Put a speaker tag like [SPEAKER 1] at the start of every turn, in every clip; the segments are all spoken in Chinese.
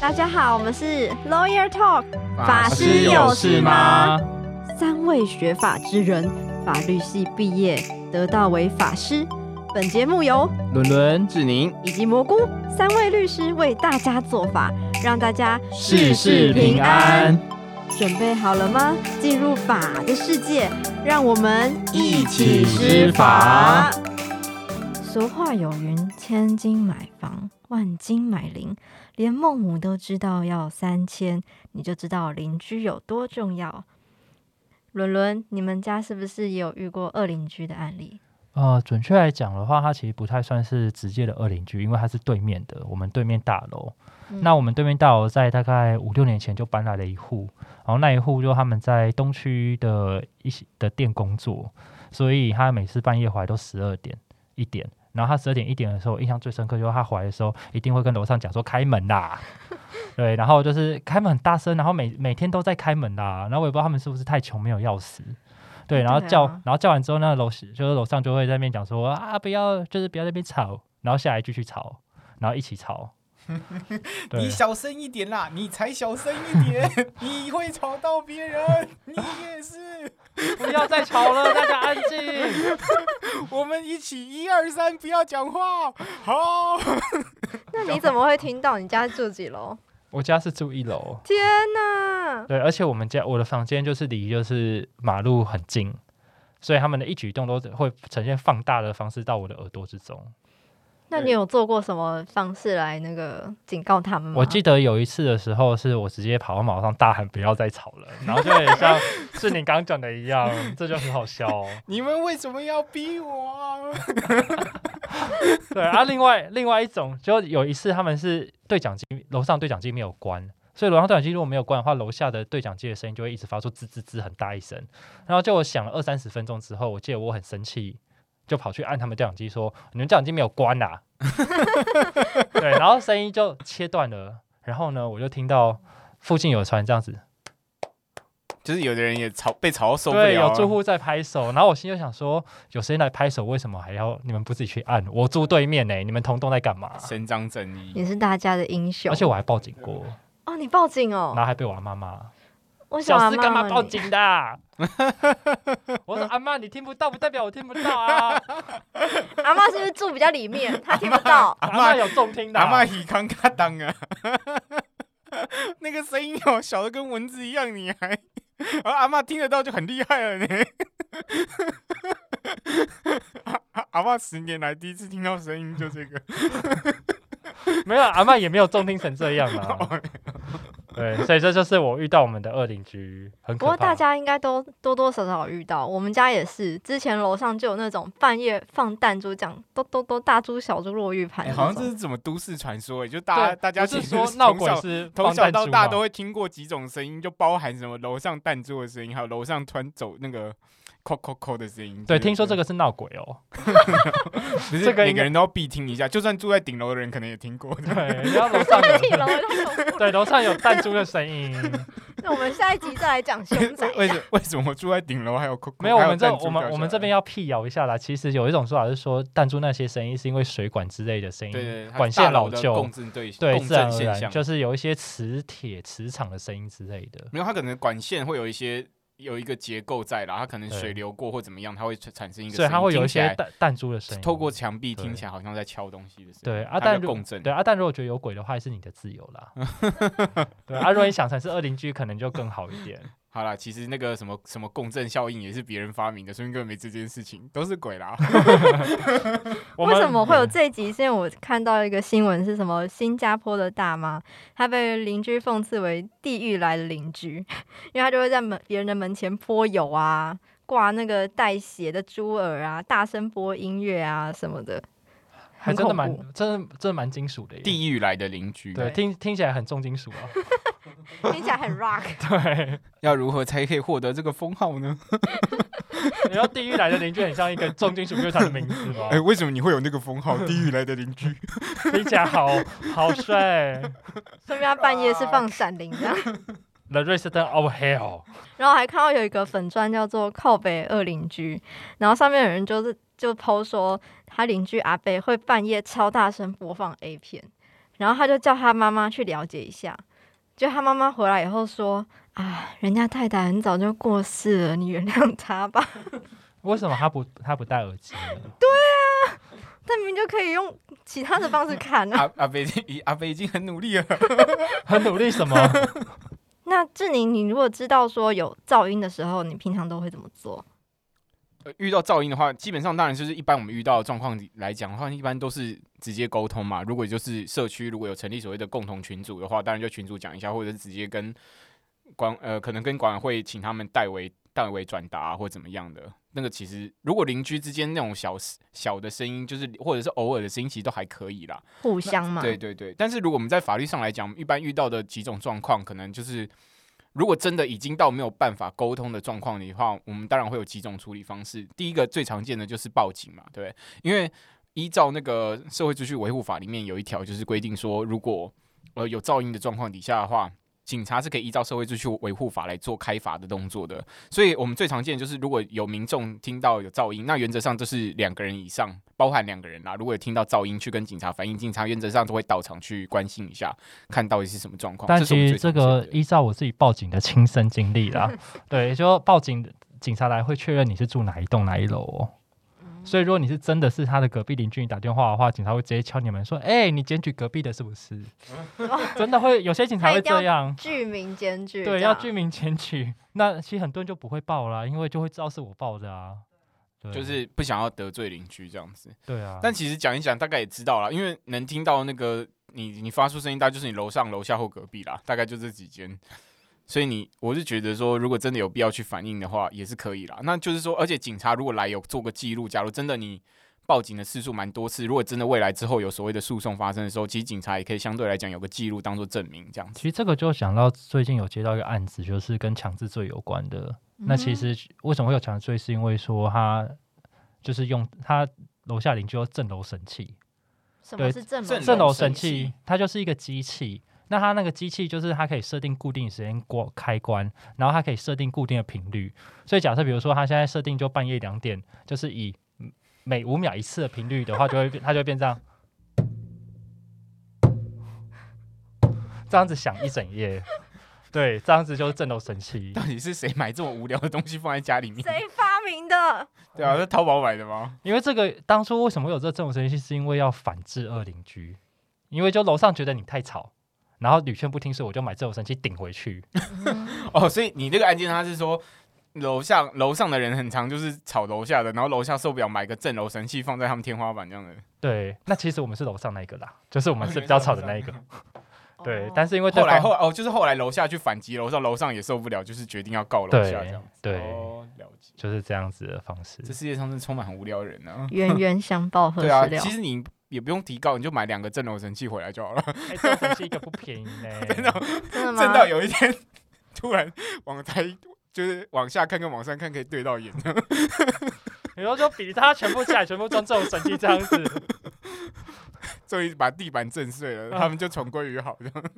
[SPEAKER 1] 大家好，我们是 Lawyer Talk 法
[SPEAKER 2] 师有事吗？
[SPEAKER 1] 三位学法之人，法律系毕业，得到为法师。本节目由
[SPEAKER 2] 伦伦、志宁
[SPEAKER 1] 以及蘑菇三位律师为大家做法，让大家
[SPEAKER 2] 事事平安。
[SPEAKER 1] 准备好了吗？进入法的世界，让我们
[SPEAKER 2] 一起施法。
[SPEAKER 1] 俗话有云：“千金买房，万金买邻。”连孟母都知道要三千，你就知道邻居有多重要。伦伦，你们家是不是也有遇过恶邻居的案例？
[SPEAKER 3] 呃，准确来讲的话，它其实不太算是直接的二邻居，因为它是对面的，我们对面大楼。
[SPEAKER 1] 嗯
[SPEAKER 3] 那我们对面大楼在大概五六年前就搬来了一户，然后那一户就他们在东区的一些的店工作，所以他每次半夜回来都十二点一点。然后他十二点一点的时候，我印象最深刻就是他回来的时候，一定会跟楼上讲说开 门啦，对，然后就是开门很大声，然后每每天都在开门啦，然后我也不知道他们是不是太穷没有钥匙，对，然后
[SPEAKER 1] 对啊
[SPEAKER 3] 叫、然后叫完之后，那个楼就是楼上就会在那边讲说啊不要就是不要在那边吵，然后下来继续吵，然后一起吵，对
[SPEAKER 2] 你小声一点啦，你才小声一 点，你会吵到别人，你也是。
[SPEAKER 3] 不要再吵了，大家安静。
[SPEAKER 2] 我们一起一二三，不要讲话。好，
[SPEAKER 1] 那你怎么会听到？你家住几楼？
[SPEAKER 3] 我家是住一楼，
[SPEAKER 1] 天哪！
[SPEAKER 3] 对，而且我们家我的房间就是离就是马路很近，所以他们的一举一动都会呈现放大的方式到我的耳朵之中。
[SPEAKER 1] 那你有做过什么方式来那个警告他们吗？
[SPEAKER 3] 我记得有一次的时候，是我直接跑到马路上大喊“不要再吵了”，然后就很像 是你刚讲的一样，这就很好笑、哦。
[SPEAKER 2] 你们为什么要逼我啊？
[SPEAKER 3] 对啊，另外另外一种，就有一次他们是对讲机，楼上对讲机没有关，所以楼上对讲机如果没有关的话，楼下的对讲机的声音就会一直发出吱吱吱很大一声。然后就我想了二三十分钟之后，我记得我很生气，就跑去按他们对讲机说：“你们对讲机没有关啦、 对，然后声音就切断了。然后呢，我就听到附近有传这样子，
[SPEAKER 2] 就是有的人也吵，被吵到受不
[SPEAKER 3] 对，
[SPEAKER 2] 了
[SPEAKER 3] 有
[SPEAKER 2] 啊。
[SPEAKER 3] 住户在拍手，然后我心就想说，有谁来拍手，为什么还要你们不自己去按？我住对面呢、你们同栋在干嘛？
[SPEAKER 2] 伸张正义。
[SPEAKER 1] 你是大家的英雄
[SPEAKER 3] 而且我还报警过，
[SPEAKER 1] 哦，你报警哦
[SPEAKER 3] 然，后还被我阿妈骂，
[SPEAKER 1] 我想
[SPEAKER 3] 小
[SPEAKER 1] 阿
[SPEAKER 3] 事
[SPEAKER 1] 嬷
[SPEAKER 3] 干嘛
[SPEAKER 1] 骂
[SPEAKER 3] 报
[SPEAKER 1] 你？
[SPEAKER 3] 警的啊？我说阿妈，你听不到不代表我听不到 啊，
[SPEAKER 1] 阿妈是不是住比较里面？她听不到。
[SPEAKER 3] 阿
[SPEAKER 2] 嬷
[SPEAKER 3] 妈有重 听的
[SPEAKER 2] 阿
[SPEAKER 3] 啊、
[SPEAKER 2] 妈以康嘎当啊， 那个声音哦，小的跟蚊子一样，你还，而阿妈听得到就很厉害了呢。 阿阿妈十年来第一次听到声音就这个，
[SPEAKER 3] 没有，阿妈也没有重听成这样
[SPEAKER 2] 哦
[SPEAKER 3] 啊。对，所以这就是我遇到我们的二邻居，很
[SPEAKER 1] 不
[SPEAKER 3] 可怕。
[SPEAKER 1] 过大家应该都多多少少有遇到，我们家也是，之前楼上就有那种半夜放弹珠这样，咚咚咚，大珠小珠落玉盘
[SPEAKER 2] 哎
[SPEAKER 1] 那种、
[SPEAKER 2] 好 像这是怎么都市传说哎，就大家
[SPEAKER 3] 对
[SPEAKER 2] 大家
[SPEAKER 3] 不
[SPEAKER 2] 其
[SPEAKER 3] 是
[SPEAKER 2] 实
[SPEAKER 3] 说
[SPEAKER 2] 从
[SPEAKER 3] 闹鬼
[SPEAKER 2] 小
[SPEAKER 3] 是
[SPEAKER 2] 从
[SPEAKER 3] 放
[SPEAKER 2] 小
[SPEAKER 3] 弹
[SPEAKER 2] 到
[SPEAKER 3] 珠
[SPEAKER 2] 大
[SPEAKER 3] 吗
[SPEAKER 2] 都会听过几种声音，就包含什么楼上弹珠的声音，还有楼上穿走那个。扣扣扣的声音，
[SPEAKER 3] 对，听说这
[SPEAKER 2] 个
[SPEAKER 3] 个是闹鬼 哦。
[SPEAKER 2] 不是
[SPEAKER 3] 这个
[SPEAKER 2] 每
[SPEAKER 3] 应
[SPEAKER 2] 个
[SPEAKER 3] 该
[SPEAKER 2] 人都要必听一下，就算住在顶楼的人可能也听过。
[SPEAKER 3] 对，然后楼 上有
[SPEAKER 1] 屁了，我就
[SPEAKER 3] 对楼上有弹珠的声音，
[SPEAKER 1] 那我们下一集再来讲
[SPEAKER 2] 为
[SPEAKER 1] 凶宅。
[SPEAKER 2] 为什 为什么住在顶楼还有扣扣？
[SPEAKER 3] 没有，我
[SPEAKER 2] 还
[SPEAKER 3] 们这
[SPEAKER 2] 弹珠
[SPEAKER 3] 我们
[SPEAKER 2] 掉
[SPEAKER 3] 我
[SPEAKER 2] 下
[SPEAKER 3] 们这
[SPEAKER 2] 来
[SPEAKER 3] 边要辟谣一下啦。其实有一种说法是说弹珠那些声音是因为水管之类的声音，
[SPEAKER 2] 对对，它
[SPEAKER 3] 嗯管
[SPEAKER 2] 大
[SPEAKER 3] 线
[SPEAKER 2] 楼
[SPEAKER 3] 老
[SPEAKER 2] 的
[SPEAKER 3] 旧
[SPEAKER 2] 共，振对
[SPEAKER 3] 对，
[SPEAKER 2] 共
[SPEAKER 3] 自然
[SPEAKER 2] 振
[SPEAKER 3] 而
[SPEAKER 2] 现象
[SPEAKER 3] 然，就是有一些磁铁磁场的声音之类的。
[SPEAKER 2] 没有它可能管线会有一些有一个结构在啦，它可能
[SPEAKER 3] 对
[SPEAKER 2] 水流过或怎么样，它会产生一个声
[SPEAKER 3] 所
[SPEAKER 2] 音，
[SPEAKER 3] 以它会有
[SPEAKER 2] 听
[SPEAKER 3] 一
[SPEAKER 2] 起
[SPEAKER 3] 些
[SPEAKER 2] 来
[SPEAKER 3] 弹弹珠的声音，
[SPEAKER 2] 透过墙壁
[SPEAKER 3] 对
[SPEAKER 2] 听起来好像在敲东西的声音，
[SPEAKER 3] 对啊，
[SPEAKER 2] 它
[SPEAKER 3] 但
[SPEAKER 2] 叫
[SPEAKER 3] 如
[SPEAKER 2] 共振，
[SPEAKER 3] 对啊，但如果觉得有鬼的话，还是你的自由 啦。对啊，如果你想成是二邻居，可能就更好一点。
[SPEAKER 2] 好啦，其实那个什么什么共振效应也是别人发明的，所以根本没这件事情，都是 鬼啦。
[SPEAKER 3] 我
[SPEAKER 1] 为
[SPEAKER 3] 们嗯
[SPEAKER 1] 什么会有这一集？是因为我看到一个新闻，是什么新加坡的大妈，她被邻居讽刺为“地狱来的邻居”， 因为她就会在门别人的门前泼油啊，挂那个带血的猪耳啊，大声播音乐啊什么的，
[SPEAKER 3] 还
[SPEAKER 1] 很
[SPEAKER 3] 真的
[SPEAKER 1] 恐
[SPEAKER 3] 蛮
[SPEAKER 1] 怖。
[SPEAKER 3] 真的真的蛮金属的耶。
[SPEAKER 2] 地狱来的邻居，
[SPEAKER 3] 对，听听起来很重金属啊。
[SPEAKER 1] 听起来很 rock。
[SPEAKER 3] 对，
[SPEAKER 2] 要如何才可以获得这个封号呢？
[SPEAKER 3] 然后地狱来的邻居很像一个重金属乐团的名字吗
[SPEAKER 2] 哎、？为什么你会有那个封号？地狱来的邻居，
[SPEAKER 3] 听起来好好帅。
[SPEAKER 1] 说明她半夜是放闪灵这样。
[SPEAKER 3] The resident of hell。
[SPEAKER 1] 然后还看到有一个粉砖叫做“靠北二邻居”，然后上面有人就是就 PO 说他邻居阿贝会半夜超大声播放 A 片，然后他就叫他妈妈去了解一下。就他妈妈回来以后说：“啊，人家太太很早就过世了，你原谅他吧。
[SPEAKER 3] 为什么他不他不戴耳机呢？”
[SPEAKER 1] 但明明就可以用其他的方式看 啊。
[SPEAKER 2] 阿阿北已经阿北已经很努力了，
[SPEAKER 3] 很努力什么？
[SPEAKER 1] 那志宁，你如果知道说有噪音的时候，你平常都会怎么做？
[SPEAKER 2] 呃遇到噪音的话，基本上当然就是一般我们遇到的状况来讲的话，一般都是直接沟通嘛。如果就是社区如果有成立所谓的共同群组的话，当然就群组讲一下，或者是直接跟管呃可能跟管委会请他们代为代为转达、或怎么样的。那个其实如果邻居之间那种小小的声音，就是或者是偶尔的声音，其实都还可以啦。
[SPEAKER 1] 互相嘛，
[SPEAKER 2] 对对对，但是如果我们在法律上来讲，一般遇到的几种状况，可能就是如果真的已经到没有办法沟通的状况的话，我们当然会有几种处理方式。第一个最常见的就是报警嘛，对不对？因为依照那个社会秩序维护法里面有一条，就是规定说，如果呃有噪音的状况底下的话。警察是可以依照社会秩序维护法来做开罚的动作的，所以我们最常见的就是如果有民众听到有噪音，那原则上就是两个人以上，包含两个人啦。如果有听到噪音去跟警察反映，警察原则上都会到场去关心一下，看到底是什么状况。
[SPEAKER 3] 但
[SPEAKER 2] 哦这是我
[SPEAKER 3] 其
[SPEAKER 2] 们
[SPEAKER 3] 实
[SPEAKER 2] 最
[SPEAKER 3] 这
[SPEAKER 2] 常见的
[SPEAKER 3] 个依照我自己报警的亲身经历 啦，对，就报警警察来会确认你是住哪一栋哪一楼哦。所以如果你是真的是他的隔壁邻居，你打电话的话，警察会直接敲你门说：“哎、你检举隔壁的是不是？” 真的会有些警察会这样，
[SPEAKER 1] 剧名兼具，这
[SPEAKER 3] 对，要
[SPEAKER 2] 啊
[SPEAKER 1] 样
[SPEAKER 3] 居民检举。那其实很多人就不会报啦，因为就会知道是我报的啊。对，
[SPEAKER 2] 就是不想要得罪邻居这样子。
[SPEAKER 3] 对啊。
[SPEAKER 2] 但其实讲一讲，大概也知道啦，因为能听到那个你你发出声音，大概就是你楼上、楼下或隔壁啦，大概就这几间。所以你我是觉得说，如果真的有必要去反映的话，也是可以啦。那就是说，而且警察如果来有做个记录，假如真的你报警的次数蛮多次，如果真的未来之后有所谓的诉讼发生的时候，其实警察也可以相对来讲有个记录当做证明这样子。
[SPEAKER 3] 其实这个就想到最近有接到一个案子，就是跟强制罪有关的。
[SPEAKER 1] 嗯
[SPEAKER 3] 那其实为什么会有强制罪，是因为说他就是用他楼下邻居有震楼神器，
[SPEAKER 1] 什么是正
[SPEAKER 2] 对
[SPEAKER 3] 震
[SPEAKER 2] 楼
[SPEAKER 3] 楼
[SPEAKER 2] 神
[SPEAKER 3] 神
[SPEAKER 2] 器
[SPEAKER 3] 器它就是一个机器。那它那个机器就是它可以设定固定时间过开关，然后它可以设定固定的频率。所以假设比如说它现在设定就半夜两点，就是以嗯每五秒一次的频率的话，就会变它就会变这样，这样子响一整夜。对，这样子就是震楼神器。
[SPEAKER 2] 到底是谁买这么无聊的东西放在家里面？
[SPEAKER 1] 谁发明的？
[SPEAKER 2] 对啊，是淘宝买的吗？
[SPEAKER 3] 因为这个当初为什么会有这这种声音，是因为要反制恶邻居，因为就楼上觉得你太吵，然后屡劝不听，所以我就买这种神器顶回去。
[SPEAKER 2] 哦，所以你这个案件他是说楼下楼上的人很常就是吵楼下的，然后楼下受不了买个震楼神器放在他们天花板这样的。
[SPEAKER 3] 对，那其实我们是楼上那一个啦，就是我们是比较吵的那一个。 对，但
[SPEAKER 1] 是
[SPEAKER 3] 是因为对
[SPEAKER 2] 哦后来
[SPEAKER 3] 方
[SPEAKER 2] 后哦，就是后来楼下去反击楼上，楼上也受不了，就是决定要告楼下这
[SPEAKER 3] 对
[SPEAKER 2] 样。
[SPEAKER 3] 对，
[SPEAKER 2] 哦，了解。
[SPEAKER 3] 就是这样子的方式
[SPEAKER 2] 这。世界上真的充满很无聊的人
[SPEAKER 3] 嗯
[SPEAKER 2] 啊。
[SPEAKER 1] 冤冤相报何
[SPEAKER 2] 对啊
[SPEAKER 1] 时，了
[SPEAKER 2] 其？实你也不用提告，你就买两个震楼神器回来就好了。
[SPEAKER 3] 哎，这种神器一个不便 宜呢、
[SPEAKER 1] 真的
[SPEAKER 2] 震到
[SPEAKER 1] 吗？
[SPEAKER 2] 有一天 突然往台。就是往下看跟往上看可以对到眼，
[SPEAKER 3] 你说就比他全部起来，全部装这种神器这样子，
[SPEAKER 2] 终于把地板震碎了，
[SPEAKER 3] 啊
[SPEAKER 2] 他们就重归于好这样。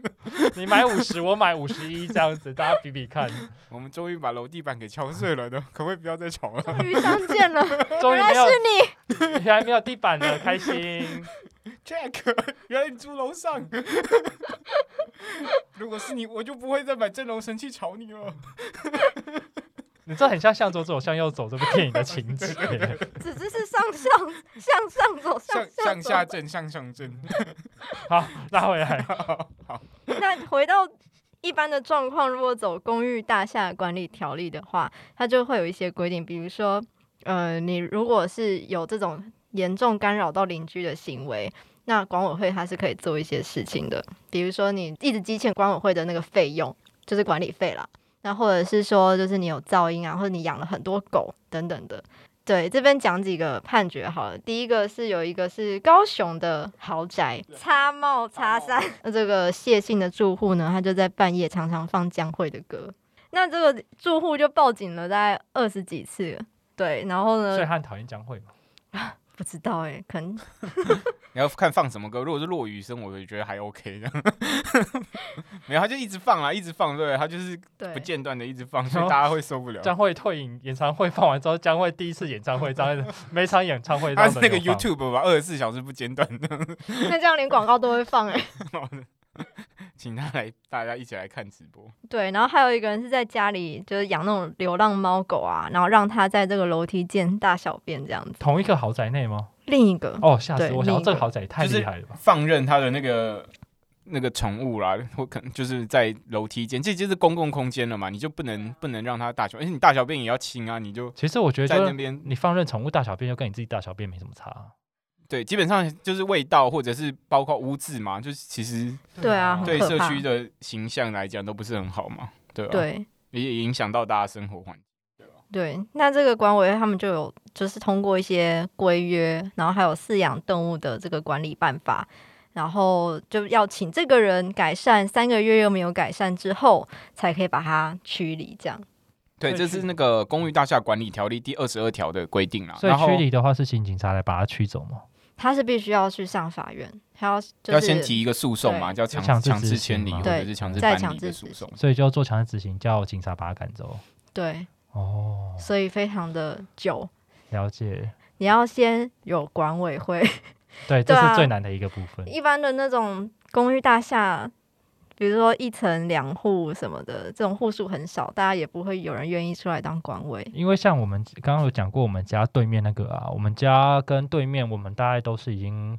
[SPEAKER 3] 你买五十，我买五十一，这样子大家比比 看，
[SPEAKER 2] 我们终于把楼地板给敲碎了的，可不可以不要再吵了？
[SPEAKER 1] 终于相见了，
[SPEAKER 3] 终于
[SPEAKER 1] 原来
[SPEAKER 3] 没
[SPEAKER 1] 是
[SPEAKER 3] 有，
[SPEAKER 1] 你。
[SPEAKER 3] 原来没有地板了，开心。
[SPEAKER 2] Jack，原 来你住楼上。 如果是你，我就不会再买震楼神器吵你 了。
[SPEAKER 3] 你这很像向左走，向右走这部电影的情 节。
[SPEAKER 1] 只是是上上向上走，
[SPEAKER 2] 向
[SPEAKER 1] 向走
[SPEAKER 2] 向下。震，向上 震。
[SPEAKER 3] 好，拉回 来。
[SPEAKER 1] 那回到一般的状况，如果走公寓大厦管理条例的话，它就会有一些规定，比如说，呃，你如果是有这种严重干扰到邻居的行为，那管委会它是可以做一些事情的，比如说你一直积欠管委会的那个费用，就是管理费啦。那或者是说，就是你有噪音啊，或者你养了很多狗等等的。对，这边讲几个判决好了。第一个是有一个是高雄的豪宅插帽插山，那这个谢姓的住户呢，他就在半夜常常放江蕙的歌，那这个住户就报警了大概二十几次了，对，然后
[SPEAKER 3] 所以
[SPEAKER 1] 呢，
[SPEAKER 3] 他很讨厌江蕙嘛？
[SPEAKER 1] 不知道哎、可能
[SPEAKER 2] 你要看放什么歌，如果是落雨声，我也觉得还 OK 的。 没有，他就一直放啊，一直放，对，他就是
[SPEAKER 1] 对
[SPEAKER 2] 不间断的一直 放，所以大家会受不了。
[SPEAKER 3] 将会退隐演唱会放完之后，将会第一次演唱 会，张惠每场演唱会都
[SPEAKER 2] 他
[SPEAKER 3] 要
[SPEAKER 2] 是那个
[SPEAKER 3] 轮流放
[SPEAKER 2] YouTube 吧，二十四小时不间断的，
[SPEAKER 1] 那这样连广告都会放哎、
[SPEAKER 2] 请他来，大家一起来看直播。
[SPEAKER 1] 对，然后还有一个人是在家里就是养那种流浪猫狗啊，然后让它在这个楼梯间大小便这样子。
[SPEAKER 3] 同一个豪宅内吗？
[SPEAKER 1] 另一个
[SPEAKER 3] 哦，吓死
[SPEAKER 1] 对
[SPEAKER 3] 我！想
[SPEAKER 1] 另
[SPEAKER 3] 到
[SPEAKER 1] 一
[SPEAKER 3] 这个
[SPEAKER 1] 个
[SPEAKER 3] 豪宅也太
[SPEAKER 2] 嗯就是
[SPEAKER 3] 厉害了吧？
[SPEAKER 2] 放任他的那个那个宠物啦，我可能就是在楼梯间，这就是公共空间了嘛，你就不能不能让他大小，而且你大小便也要清啊，你就
[SPEAKER 3] 其实我觉得
[SPEAKER 2] 在
[SPEAKER 3] 就
[SPEAKER 2] 那
[SPEAKER 3] 是
[SPEAKER 2] 边
[SPEAKER 3] 你放任宠物大小便，就跟你自己大小便没什么差啊。
[SPEAKER 2] 对，基本上就是味道或者是包括污渍嘛，就是其实
[SPEAKER 1] 对啊很
[SPEAKER 2] 对
[SPEAKER 1] 可
[SPEAKER 2] 社
[SPEAKER 1] 怕
[SPEAKER 2] 区的形象来讲都不是很好嘛，对吧、，啊
[SPEAKER 1] 对
[SPEAKER 2] 也影响到大家生活环境。
[SPEAKER 1] 对，那这个管委会他们就有就是通过一些规约，然后还有饲养动物的这个管理办法，然后就要请这个人改善，三个月又没有改善之后，才可以把它驱离。这样
[SPEAKER 2] 对，
[SPEAKER 3] 所
[SPEAKER 2] 这
[SPEAKER 3] 以
[SPEAKER 2] 是
[SPEAKER 3] 去
[SPEAKER 2] 那个《公寓大厦管理条例》第二十二条的规
[SPEAKER 1] 啊
[SPEAKER 2] 定啦。
[SPEAKER 3] 所以
[SPEAKER 2] 然后
[SPEAKER 3] 驱离的话是请警察来把它驱走吗？
[SPEAKER 1] 他是必须要去上法院，还要就是
[SPEAKER 2] 要先提一个诉讼嘛，
[SPEAKER 1] 对
[SPEAKER 2] 叫强
[SPEAKER 3] 强制
[SPEAKER 2] 强
[SPEAKER 3] 执
[SPEAKER 2] 制
[SPEAKER 3] 行
[SPEAKER 2] 迁离
[SPEAKER 3] 嘛
[SPEAKER 2] 或
[SPEAKER 1] 对
[SPEAKER 2] 者是强制
[SPEAKER 1] 再
[SPEAKER 2] 搬
[SPEAKER 1] 强
[SPEAKER 2] 离的
[SPEAKER 1] 制
[SPEAKER 2] 诉
[SPEAKER 1] 执
[SPEAKER 2] 讼。
[SPEAKER 3] 所以就要做强制执行，叫警察把它赶走。
[SPEAKER 1] 对，
[SPEAKER 3] 哦，
[SPEAKER 1] 所以非常的久。
[SPEAKER 3] 了解。
[SPEAKER 1] 你要先有管委会，
[SPEAKER 3] 对，这
[SPEAKER 1] 对
[SPEAKER 3] 是
[SPEAKER 1] 啊
[SPEAKER 3] 最难的一个部分。
[SPEAKER 1] 一般的那种公寓大厦，比如说一层两户什么的，这种户数很少，大家也不会有人愿意出来当管委。
[SPEAKER 3] 因为像我们刚刚有讲过，我们家对面那个啊，我们家跟对面，我们大概都是已经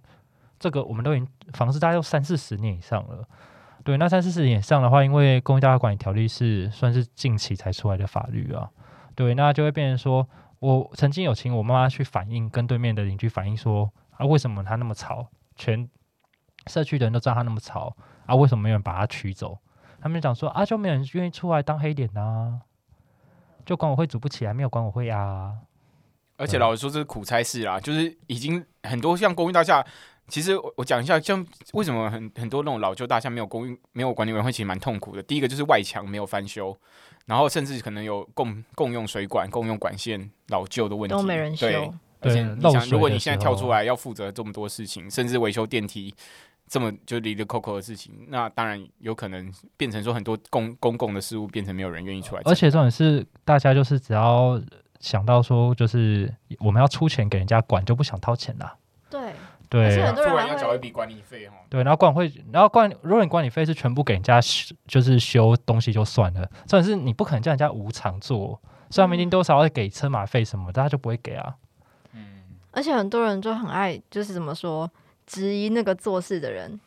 [SPEAKER 3] 这个，我们都已经房子大概都三四十年以上了。对，那三四十年以上的话，因为《公寓大厦管理条例》是算是近期才出来的法律啊，对，那就会变成说，我曾经有请我妈妈去反映，跟对面的邻居反映说，啊，为什么他那么吵？全社区的人都知道他那么吵，啊，为什么没有人把他驱走？他们就讲说，啊，就没有人愿意出来当黑脸啊，就管委会组不起来，没有管委会啊。
[SPEAKER 2] 而且
[SPEAKER 3] 嗯
[SPEAKER 2] 老实说，这是苦差事啦，就是已经很多像公寓大厦，其实我我讲一下，像为什么很很多那种老旧大厦没有公寓没有管理委员会，其实蛮痛苦的。第一个就是外墙没有翻修，然后甚至可能有共共用水管、共用管线老旧的问题，
[SPEAKER 1] 都没人修。
[SPEAKER 2] 对而
[SPEAKER 3] 对
[SPEAKER 2] 且你
[SPEAKER 3] 漏
[SPEAKER 2] 想，
[SPEAKER 3] 水
[SPEAKER 2] 如果
[SPEAKER 3] 的
[SPEAKER 2] 你
[SPEAKER 3] 时
[SPEAKER 2] 现在跳
[SPEAKER 3] 候啊
[SPEAKER 2] 出来要负责这么多事情，甚至维修电梯，这么就离离扣扣的事情，那当然有可能变成说很多公公共的事物变成没有人愿意出来
[SPEAKER 3] 而
[SPEAKER 2] 承担。
[SPEAKER 3] 且重点是，大家就是只要想到说，就是我们要出钱给人家管，就不想掏钱啦。
[SPEAKER 1] 对，而且
[SPEAKER 3] 对
[SPEAKER 1] 很多人
[SPEAKER 2] 突然
[SPEAKER 1] 还
[SPEAKER 2] 要
[SPEAKER 1] 会
[SPEAKER 2] 缴一笔管理费哦。
[SPEAKER 3] 对，然后管委会，然后管，如果你管理费是全部给人家修，就是修东西就算了，重点是你不可能叫人家无偿做，
[SPEAKER 1] 嗯
[SPEAKER 3] 所以他们一定多少要给车马费什么的，他就不会给啊。
[SPEAKER 2] 嗯，
[SPEAKER 1] 而且很多人就很爱，就是怎么说，质疑那个做事的人，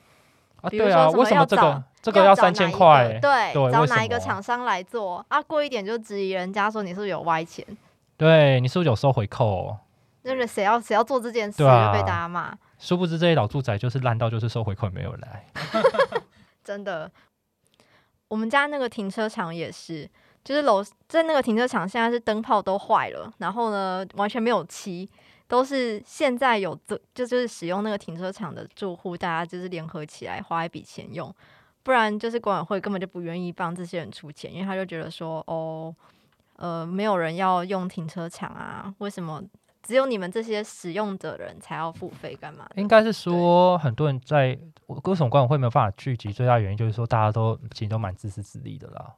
[SPEAKER 3] 啊，
[SPEAKER 1] 比如
[SPEAKER 3] 对
[SPEAKER 1] 说
[SPEAKER 3] 啊，
[SPEAKER 1] 什么
[SPEAKER 3] 为什么
[SPEAKER 1] 要
[SPEAKER 3] 这
[SPEAKER 1] 找
[SPEAKER 3] 个这个要
[SPEAKER 1] 找哪
[SPEAKER 3] 三
[SPEAKER 1] 一
[SPEAKER 3] 千块、
[SPEAKER 1] 个对，
[SPEAKER 3] 对
[SPEAKER 1] 找哪
[SPEAKER 3] 为什
[SPEAKER 1] 一个
[SPEAKER 3] 么啊
[SPEAKER 1] 厂商来做啊？过一点就质疑人家说你是不是有歪钱，
[SPEAKER 3] 对，你是不是有收回扣、哦
[SPEAKER 1] 就是谁要谁要做这件事
[SPEAKER 3] 对啊
[SPEAKER 1] 就被大家骂，
[SPEAKER 3] 殊不知这些老住宅就是烂到就是收回扣也没有来。
[SPEAKER 1] 真的。我们家那个停车场也是，就是楼在那个停车场现在是灯泡都坏了，然后呢完全没有漆，都是现在有这就就是使用那个停车场的住户，大家就是联合起来花一笔钱用，不然就是管委会根本就不愿意帮这些人出钱，因为他就觉得说哦，呃，没有人要用停车场啊，为什么只有你们这些使用的人才要付费干嘛的？
[SPEAKER 3] 应该是说很多人在呃为什么管委会没有办法聚集，最大原因就是说大家都其实都蛮自私自利的啦。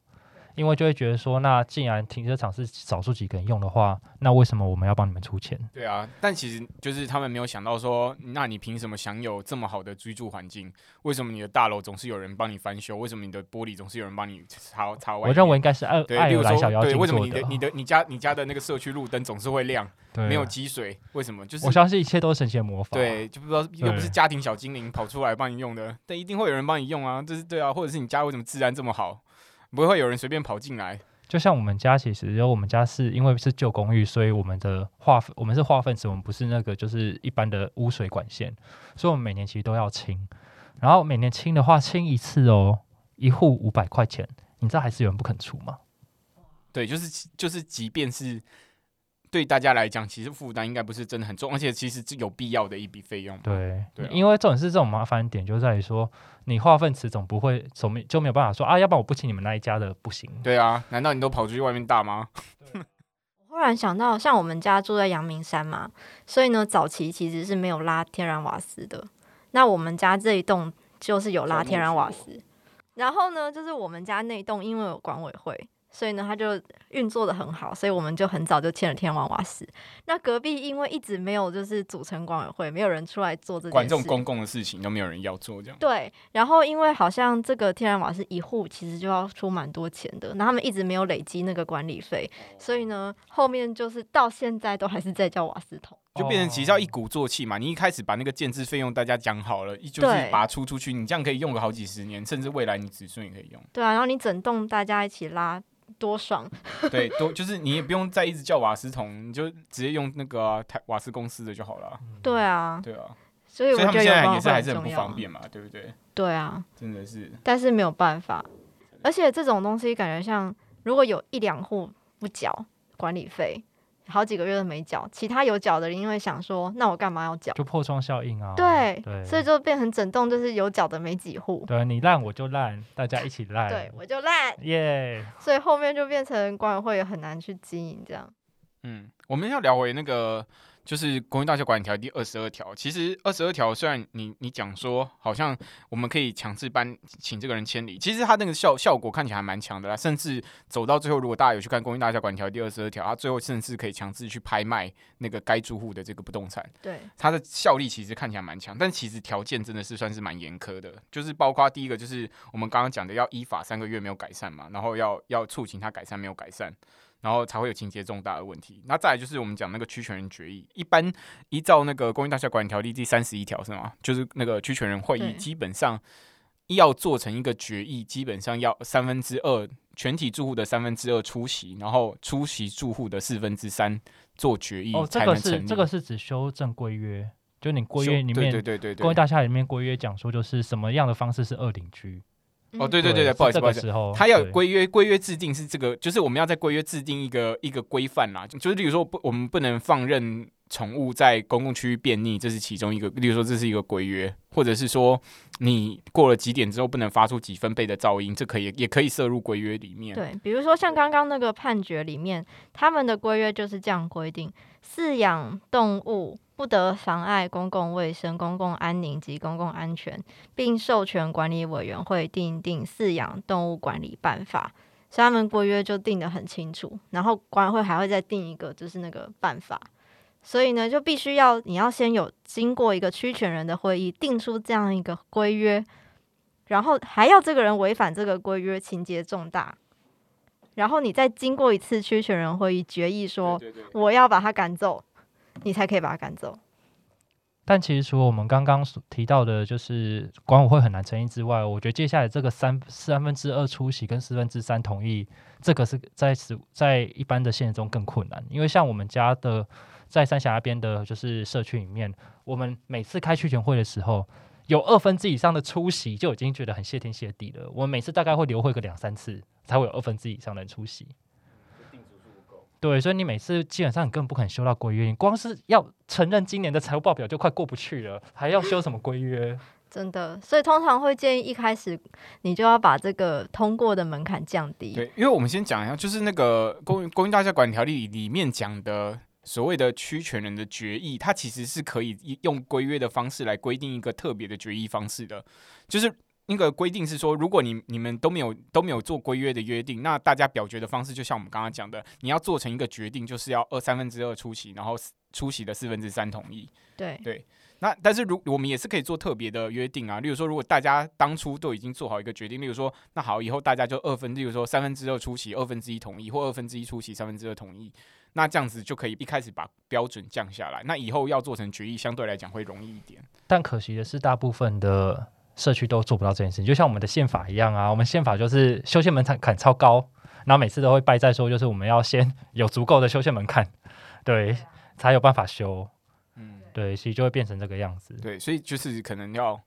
[SPEAKER 3] 因为就会觉得说，那既然停车场是少数几个人用的话，那为什么我们要帮你们出钱？
[SPEAKER 2] 对啊，但其实就是他们没有想到说，那你凭什么享有这么好的居住环境？为什么你的大楼总是有人帮你翻修？为什么你的玻璃总是有人帮你擦擦外面？
[SPEAKER 3] 我认为应该是爱
[SPEAKER 2] 对，
[SPEAKER 3] 爱
[SPEAKER 2] 例如
[SPEAKER 3] 尔兰小
[SPEAKER 2] 说，
[SPEAKER 3] 妖
[SPEAKER 2] 对，
[SPEAKER 3] 精
[SPEAKER 2] 为什么
[SPEAKER 3] 做
[SPEAKER 2] 你的你
[SPEAKER 3] 的
[SPEAKER 2] 的你家你家的那个社区路灯总是会亮，
[SPEAKER 3] 对啊
[SPEAKER 2] 没有积水？为什么？就是
[SPEAKER 3] 我相信一切都是神仙魔法。
[SPEAKER 2] 对，就不知道又不
[SPEAKER 3] 对
[SPEAKER 2] 是家庭小精灵跑出来帮你用的，但一定会有人帮你用啊，这是对啊，或者是你家为什么治安这么好？不会有人随便跑进来，
[SPEAKER 3] 就像我们家，其实有我们家是因为是旧公寓，所以我们的化粪我们是化粪池，我们不是那个就是一般的污水管线，所以我们每年其实都要清。然后每年清的话，清一次哦，一户五百块钱，你知道还是有人不肯出吗？
[SPEAKER 2] 对，就是就是，即便是对大家来讲，其实负担应该不是真的很重，而且其实是有必要的一笔费用。
[SPEAKER 3] 对，
[SPEAKER 2] 对啊
[SPEAKER 3] 因为这种是这种麻烦点就在于说，你化粪池总不会总没就没有办法说啊，要不然我不请你们那一家的不行。
[SPEAKER 2] 对啊，难道你都跑出去外面大吗？
[SPEAKER 1] 后然想到，像我们家住在阳明山嘛，所以呢，早期其实是没有拉天然瓦斯的。那我们家这一栋就是有拉天然瓦斯，然后呢，就是我们家那一栋因为有管委会，所以呢，它就运作的很好，所以我们就很早就签了天然瓦斯。那隔壁因为一直没有就是组成管委会，没有人出来做这
[SPEAKER 2] 管
[SPEAKER 1] 件
[SPEAKER 2] 这种
[SPEAKER 1] 事。
[SPEAKER 2] 公共的事情都没有人要做，这样
[SPEAKER 1] 对，然后因为好像这个天然瓦斯一户其实就要出蛮多钱的，那他们一直没有累积那个管理费，
[SPEAKER 2] 哦
[SPEAKER 1] 所以呢，后面就是到现在都还是在叫瓦斯桶。
[SPEAKER 2] 就变成其实
[SPEAKER 3] 哦
[SPEAKER 1] 哦
[SPEAKER 2] 要一鼓作气嘛。你一开始把那个建制费用大家讲好了，一就是
[SPEAKER 1] 对
[SPEAKER 2] 把它出出去，你这样可以用个好几十年，甚至未来你子孙也可以用。
[SPEAKER 1] 对啊，然后你整栋大家一起拉，多爽！
[SPEAKER 2] 对，都就是你也不用再一直叫瓦斯桶，你就直接用那个啊台、瓦斯公司的就好了啊。
[SPEAKER 1] 对啊，
[SPEAKER 2] 对啊，
[SPEAKER 1] 所以
[SPEAKER 2] 所
[SPEAKER 1] 我
[SPEAKER 2] 以他
[SPEAKER 1] 觉
[SPEAKER 2] 们
[SPEAKER 1] 得有
[SPEAKER 2] 现在
[SPEAKER 1] 管
[SPEAKER 2] 也
[SPEAKER 1] 委
[SPEAKER 2] 是
[SPEAKER 1] 会
[SPEAKER 2] 还
[SPEAKER 1] 很
[SPEAKER 2] 是很
[SPEAKER 1] 重
[SPEAKER 2] 不
[SPEAKER 1] 要啊
[SPEAKER 2] 方。便嘛，对不对？
[SPEAKER 1] 对啊，
[SPEAKER 2] 真的是
[SPEAKER 1] 但是没有办法，而且这种东西感觉像，如果有一两户不缴管理费，好几个月都没缴，其他有缴的人因为想说，那我干嘛要缴？
[SPEAKER 3] 就破窗效应啊。
[SPEAKER 1] 对，
[SPEAKER 3] 对，
[SPEAKER 1] 所以就变成整栋就是有脚的没几户。
[SPEAKER 3] 对你烂我就烂，大家一起烂。
[SPEAKER 1] 对，我就烂，
[SPEAKER 3] 耶、
[SPEAKER 1] 所以后面就变成管委会也很难去经营这样。
[SPEAKER 2] 嗯，我们要聊回那个就是《公益大学管理条例》第二十二条。其实二十二条虽然你你讲说好像我们可以强制搬请这个人迁离，其实它那个效效果看起来还蛮强的啦。甚至走到最后，如果大家有去看《公益大学管理条例》第二十二条，它最后甚至可以强制去拍卖那个该住户的这个不动产。
[SPEAKER 1] 对，
[SPEAKER 2] 它的效力其实看起来蛮强，但其实条件真的是算是蛮严苛的，就是包括第一个就是我们刚刚讲的要依法三个月没有改善嘛，然后要要促请他改善没有改善，然后才会有情节重大的问题。那再来就是我们讲那个区权人决议，一般依照那个《公益大厦管理条例》第三十一条是吗？就是那个区权人会议，
[SPEAKER 1] 对
[SPEAKER 2] 基本上要做成一个决议，基本上要三分之二全体住户的三分之二出席，然后出席住户的四分之三做决议
[SPEAKER 3] 哦，这
[SPEAKER 2] 才
[SPEAKER 3] 个
[SPEAKER 2] 能
[SPEAKER 3] 是
[SPEAKER 2] 成立。
[SPEAKER 3] 这个是指修正规约，就你规约
[SPEAKER 2] 修
[SPEAKER 3] 里
[SPEAKER 2] 对对
[SPEAKER 3] 面，
[SPEAKER 2] 对对对，
[SPEAKER 3] 规约大厦里面规约讲说，就是什么样的方式是二邻居。
[SPEAKER 2] 哦，
[SPEAKER 1] 嗯
[SPEAKER 2] 对对对对，
[SPEAKER 3] 是
[SPEAKER 2] 不好意思，
[SPEAKER 3] 这
[SPEAKER 2] 不
[SPEAKER 3] 个
[SPEAKER 2] 好意思。
[SPEAKER 3] 时候
[SPEAKER 2] 它要有
[SPEAKER 3] 对
[SPEAKER 2] 规约，规约制定是这个，就是我们要在规约制定一个一个规范啦，就就是例如说不，我们不能放任宠物在公共区域便溺，这是其中一个。例如说，这是一个规约，或者是说你过了几点之后不能发出几分贝的噪音，这可以也可以摄入规约里面。
[SPEAKER 1] 对，比如说像刚刚那个判决里面，他们的规约就是这样规定：饲养动物不得妨碍公共卫生、公共安宁及公共安全，并授权管理委员会订定饲养动物管理办法。所以他们规约就定得很清楚，然后管委会还会再定一个，就是那个办法。所以呢，就必须要你要先有经过一个区权人的会议，定出这样一个规约，然后还要这个人违反这个规约，情节重大，然后你再经过一次区权人会议决议说
[SPEAKER 2] 对对
[SPEAKER 1] 我要把他赶走，你才可以把他赶走。
[SPEAKER 3] 但其实除了我们刚刚所提到的，就是管委会很难成立之外，我觉得接下来这个三三分之二出席跟四分之三同意，这个是在实在一般的现实中更困难，因为像我们家的在三峡那边的，就是社区里面，我们每次开区全会的时候。有二分之以上的出席就已经觉得很谢天谢地了。我们每次大概会留会个两三次，才会有二分之以上的人出席。对，所以你每次基本上你根本不肯修到规约，你光是要承认今年的财务报表就快过不去了，还要修什么规约？
[SPEAKER 1] 真的，所以通常会建议一开始你就要把这个通过的门槛降低。
[SPEAKER 2] 对，因为我们先讲一下，就是那个《公公益大厦管理条例》里面讲的所谓的区权人的决议，它其实是可以一用规约的方式来规定一个特别的决议方式的，就是。那个规定是说，如果你你们都没有都没有做规约的约定，那大家表决的方式就像我们刚刚讲的，你要做成一个决定，就是要二三分之二出席，然后出席的四分之三同意。
[SPEAKER 1] 对
[SPEAKER 2] 那但是如我们也是可以做特别的约定啊，例如说，如果大家当初都已经做好一个决定，例如说，那好，以后大家就二分，例如说三分之二出席，二分之一同意，或二分之一出席，三分之二同意，那这样子就可以一开始把标准降下来。那以后要做成决议，相对来讲会容易一点。
[SPEAKER 3] 但可惜的是，大部分的社区都做不到这件事情，就像我们的宪法一样啊，我们宪法就是修宪门槛槛超高，然后每次都会败在说，就是我们要先 有足够的修宪门槛，
[SPEAKER 2] 啊
[SPEAKER 3] 对，才有办法修，
[SPEAKER 2] 嗯，
[SPEAKER 3] 对，所以就会变成这个样子。
[SPEAKER 2] 对，所以就是可能要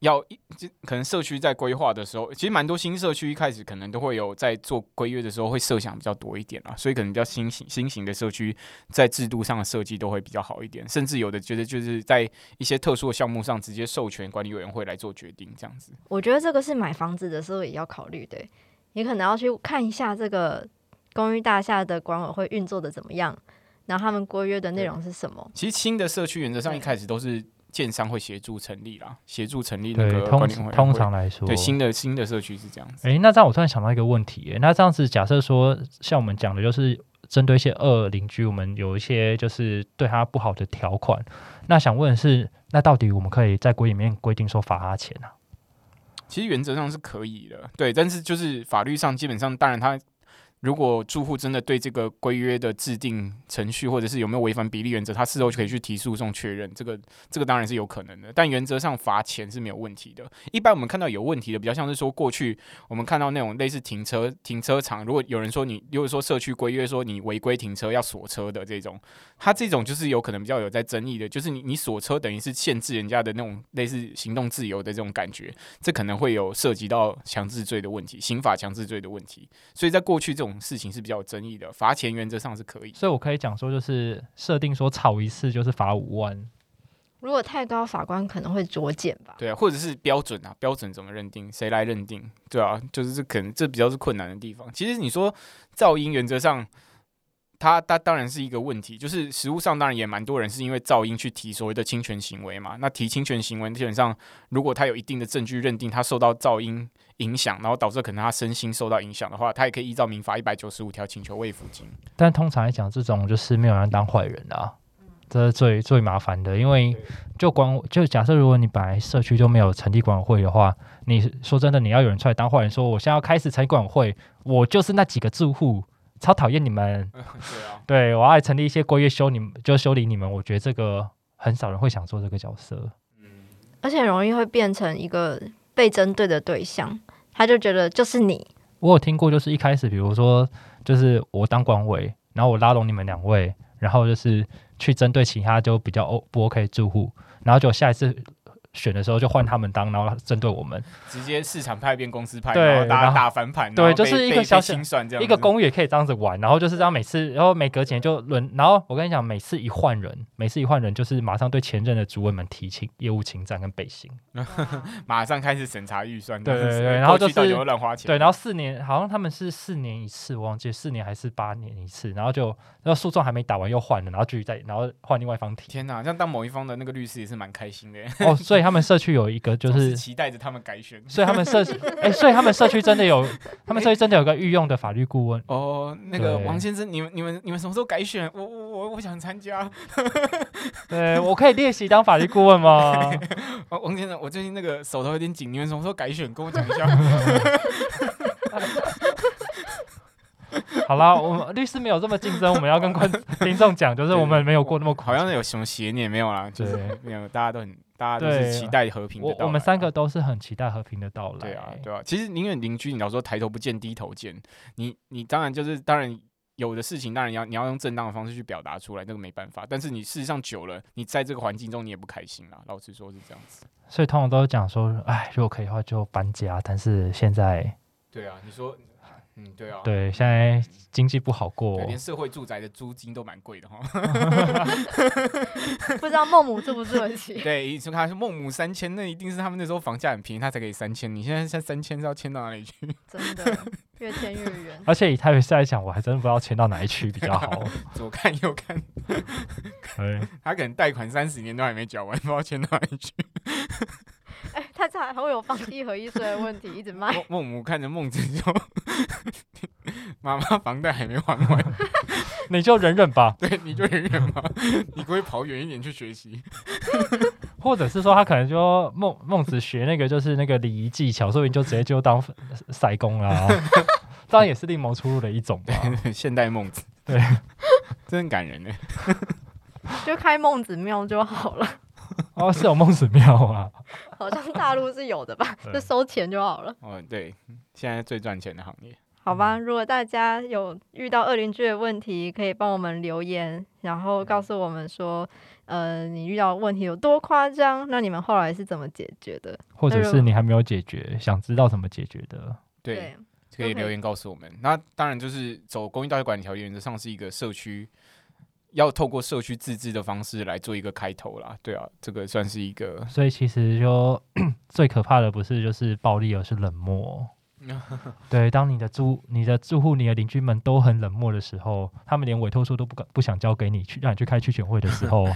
[SPEAKER 2] 要一就可能社区在规划的时候，其实蛮多新社区一开始可能都会有在做规约的时候会设想比较多一点啊，所以可能比较新型新型的社区在制度上的设计都会比较好一点，甚至有的觉得就是在一些特殊的项目上直接授权管理委员会来做决定这样子。
[SPEAKER 1] 我觉得这个是买房子的时候也要考虑的，你可能要去看一下这个公寓大厦的管委会运作的怎么样，然后他们规约的内容是什么。
[SPEAKER 2] 其实新的社区原则上一开始都是建商会协助成立啦，协助成立那
[SPEAKER 3] 对
[SPEAKER 2] 个，
[SPEAKER 3] 通
[SPEAKER 2] 管理委员会
[SPEAKER 3] 通常来说，
[SPEAKER 2] 对新的新的社区是这样子。
[SPEAKER 3] 诶，那这样我突然想到一个问题耶，那这样子假设说，像我们讲的，就是针对一些恶邻居，我们有一些就是对他不好的条款。那想问的是，那到底我们可以在规里面规定说罚他钱啊？
[SPEAKER 2] 其实原则上是可以的，对，但是就是法律上基本上，当然他如果住户真的对这个规约的制定程序或者是有没有违反比例原则，他事后就可以去提诉讼确认，这个这个当然是有可能的，但原则上罚钱是没有问题的。一般我们看到有问题的，比较像是说过去我们看到那种类似停车停车场，如果有人说你，如果说社区规约说你违规停车要锁车的这种，他这种就是有可能比较有在争议的，就是你你锁车等于是限制人家的那种类似行动自由的这种感觉。这可能会有涉及到强制罪的问题，刑法强制罪的问题，所以在过去这种事情是比较有争议的，罚钱原则上是可以。
[SPEAKER 3] 所以我可以讲说，就是设定说吵一次就是罚五万。
[SPEAKER 1] 如果太高，法官可能会酌减吧。
[SPEAKER 2] 对啊，或者是标准啊，标准怎么认定？谁来认定？对啊，就是这可能这比较是困难的地方。其实你说噪音原则上，它它当然是一个问题，就是实物上当然也蛮多人是因为噪音去提所谓的侵权行为嘛。那提侵权行为，基本上如果他有一定的证据认定他受到噪音影响，然后导致可能他身心受到影响的话，他也可以依照民法一百九十五条请求慰抚金。
[SPEAKER 3] 但通常来讲，这种就是没有人当坏人啊，这是最最麻烦的。因为就管就假设，如果你本来社区就没有成立管委会的话，你说真的，你要有人出来当坏人，说我现在要开始成立管委会，我就是那几个住户，超讨厌你们，
[SPEAKER 2] 对啊，
[SPEAKER 3] 对我要来成立一些规约修你们，就修理你们。我觉得这个很少人会想做这个角色。
[SPEAKER 1] 而且容易会变成一个被针对的对象，他就觉得就是你，
[SPEAKER 3] 我有听过，就是一开始，比如说，就是我当管委，然后我拉拢你们两位，然后就是去针对其他就比较 O 不 OK 住户，然后就下一次选的时候就换他们当，然后针对我们，
[SPEAKER 2] 直接市场派变公司派，
[SPEAKER 3] 对
[SPEAKER 2] 然后大
[SPEAKER 3] 然
[SPEAKER 2] 家
[SPEAKER 3] 后
[SPEAKER 2] 打反盘，
[SPEAKER 3] 对
[SPEAKER 2] 然后
[SPEAKER 3] 就是
[SPEAKER 2] 被
[SPEAKER 3] 一个
[SPEAKER 2] 被
[SPEAKER 3] 小小
[SPEAKER 2] 被清算这样
[SPEAKER 3] 一个
[SPEAKER 2] 子
[SPEAKER 3] 公寓也可以这样子玩，然后就是这样每次，然后每隔几年就轮，然后我跟你讲，每次一换人，每次一换人就是马上对前任的主委们提请业务侵占跟背信，
[SPEAKER 2] 马上开始审查预算，
[SPEAKER 3] 对对
[SPEAKER 2] 就是
[SPEAKER 3] 对然后
[SPEAKER 2] 过去到
[SPEAKER 3] 就是
[SPEAKER 2] 底有没有乱花钱，
[SPEAKER 3] 对，然后四年好像他们是四年一次，我忘记四年还是八年一次，然后就然后诉讼还没打完又换了，然后继续再然后换另外一方提。
[SPEAKER 2] 天哪，像当某一方的那个律师也是蛮开心的，
[SPEAKER 3] 哦，所以他们社区有一个就
[SPEAKER 2] 总
[SPEAKER 3] 是，
[SPEAKER 2] 期待着他们改选。
[SPEAKER 3] 所以他们社区，哎、所以他们社区真的有，他们社区真的有个御用的法律顾问。
[SPEAKER 2] 哦，那个
[SPEAKER 3] 对
[SPEAKER 2] 王先生，你们、你们、你们什么时候改选？我、我、我，我想参加。
[SPEAKER 3] 对，我可以练习当法律顾问吗？
[SPEAKER 2] 哦，王先生，我最近那个手头有点紧，你们什么时候改选？跟我讲一下。
[SPEAKER 3] 好啦，我们律师没有这么竞争，我们要跟观听众讲，就是我们没有过那么苦。
[SPEAKER 2] 好像有什么邪念没有啦，就是
[SPEAKER 3] 对
[SPEAKER 2] 没有，大家都很，大家都
[SPEAKER 3] 对
[SPEAKER 2] 是期待和平的
[SPEAKER 3] 我
[SPEAKER 2] 到来啊
[SPEAKER 3] 我们三个都是很期待和平的到来。
[SPEAKER 2] 对啊，对啊。其实宁愿邻居，你老说抬头不见低头见，你你当然就是当然有的事情，当然你要你要用正当的方式去表达出来，那个没办法。但是你事实上久了，你在这个环境中你也不开心啦。老实说是这样子。
[SPEAKER 3] 所以通常都是讲说，哎，如果可以的话就搬家，但是现在
[SPEAKER 2] 对啊，你说，嗯，对啊。
[SPEAKER 3] 对现在经济不好过
[SPEAKER 2] 对，，连社会住宅的租金都蛮贵的哈。
[SPEAKER 1] 不知道孟母住不住得起。
[SPEAKER 2] 对，以前他是孟母三迁，那一定是他们那时候房价很便宜，他才可以三千。你现在现在三千是要迁到哪里去？
[SPEAKER 1] 真的越迁越远。
[SPEAKER 3] 而且以台北市来讲，我还真不知道迁到哪一区比较 好。
[SPEAKER 2] 左看右看，
[SPEAKER 3] 对，
[SPEAKER 2] 他可能贷款三十年都还没缴完，不知道迁到哪里去。
[SPEAKER 1] 哎、他这还会有房地合一税的问题，一直 卖。
[SPEAKER 2] 孟孟母看着孟子说：“ 妈妈房贷还没还 完，
[SPEAKER 3] 你就忍忍吧。
[SPEAKER 2] 对，你就远远吧， 你可以跑远一点去学习。
[SPEAKER 3] 或者是说他可能就孟孟子学那个就是那个礼仪技巧，说不定就直接就当塞工啦、当然也是另谋出路的一种吧。
[SPEAKER 2] 现代孟子，
[SPEAKER 3] 对，
[SPEAKER 2] 真感人 呢。
[SPEAKER 1] 就开孟子庙就好了，
[SPEAKER 3] 哦，是有孟子庙啊，，
[SPEAKER 1] 好像大陆是有的吧就收钱就好了，
[SPEAKER 2] 哦，对，现在最赚钱的行业。
[SPEAKER 1] 好吧。如果大家有遇到恶邻居的问题，可以帮我们留言，然后告诉我们说，呃，你遇到问题有多夸张，那你们后来是怎么解决的？
[SPEAKER 3] 或者是你还没有解决，想知道怎么解决的，
[SPEAKER 2] 对，，可以留言告诉我们。那当然就是走公益道德管理条例，原则上是一个社区。”要透过社区自治的方式来做一个开头啦，对啊，这个算是一个
[SPEAKER 3] 所以其实就最可怕的不是就是暴力，而是冷漠。对，当你的住你的住户、你的邻居们都很冷漠的时候，他们连委托书都不敢不想交给你去让你去开区选会的时候，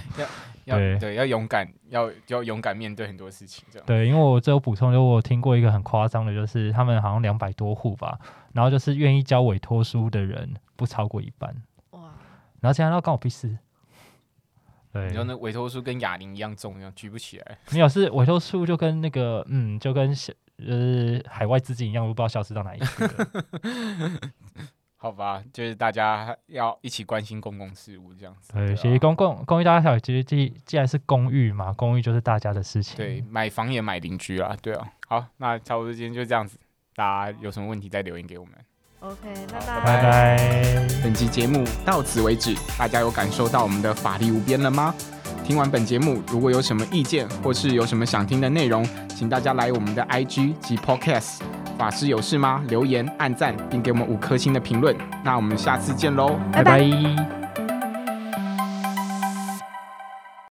[SPEAKER 2] 要
[SPEAKER 3] 对
[SPEAKER 2] 对要勇敢，要要勇敢面对很多事情，这样。
[SPEAKER 3] 对，因为我这有补充，就我有听过一个很夸张的，就是他们好像两百多户吧，然后就是愿意交委托书的人不超过一半，
[SPEAKER 1] 哇，
[SPEAKER 3] 然后其他都干我屁事。对
[SPEAKER 2] 你，说那委托书跟哑铃一样重，一样举不起来，
[SPEAKER 3] 没有是委托书就跟那个嗯，就跟小呃海外资金一样，我不知道消失到哪里 去了。
[SPEAKER 2] 好吧？就是大家要一起关心公共事务这样子。
[SPEAKER 3] 对，
[SPEAKER 2] 啊
[SPEAKER 3] 其实呃公共公寓大家小，其实既既然是公寓嘛，公寓就是大家的事情。
[SPEAKER 2] 对，买房也买邻居啊，对啊。好，那差不多今天就这样子，大家有什么问题再留言给我们。
[SPEAKER 1] OK，
[SPEAKER 2] 好拜
[SPEAKER 3] 拜拜。
[SPEAKER 2] 本期节目到此为止，大家有感受到我们的法力无边了吗？听完本节目，如果有什么意见或是有什么想听的内容，请大家来我们的 IG 及 Podcast 法师有事吗？留言、按赞，并给我们五颗星的评论。那我们下次见喽！
[SPEAKER 3] 拜
[SPEAKER 1] 拜
[SPEAKER 3] 拜